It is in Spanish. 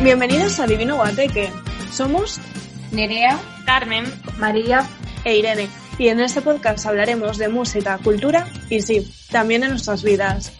Bienvenidos a Divino Guateque. Somos Nerea, Carmen, María, e Irene y en este podcast hablaremos de música, cultura y sí, también de nuestras vidas.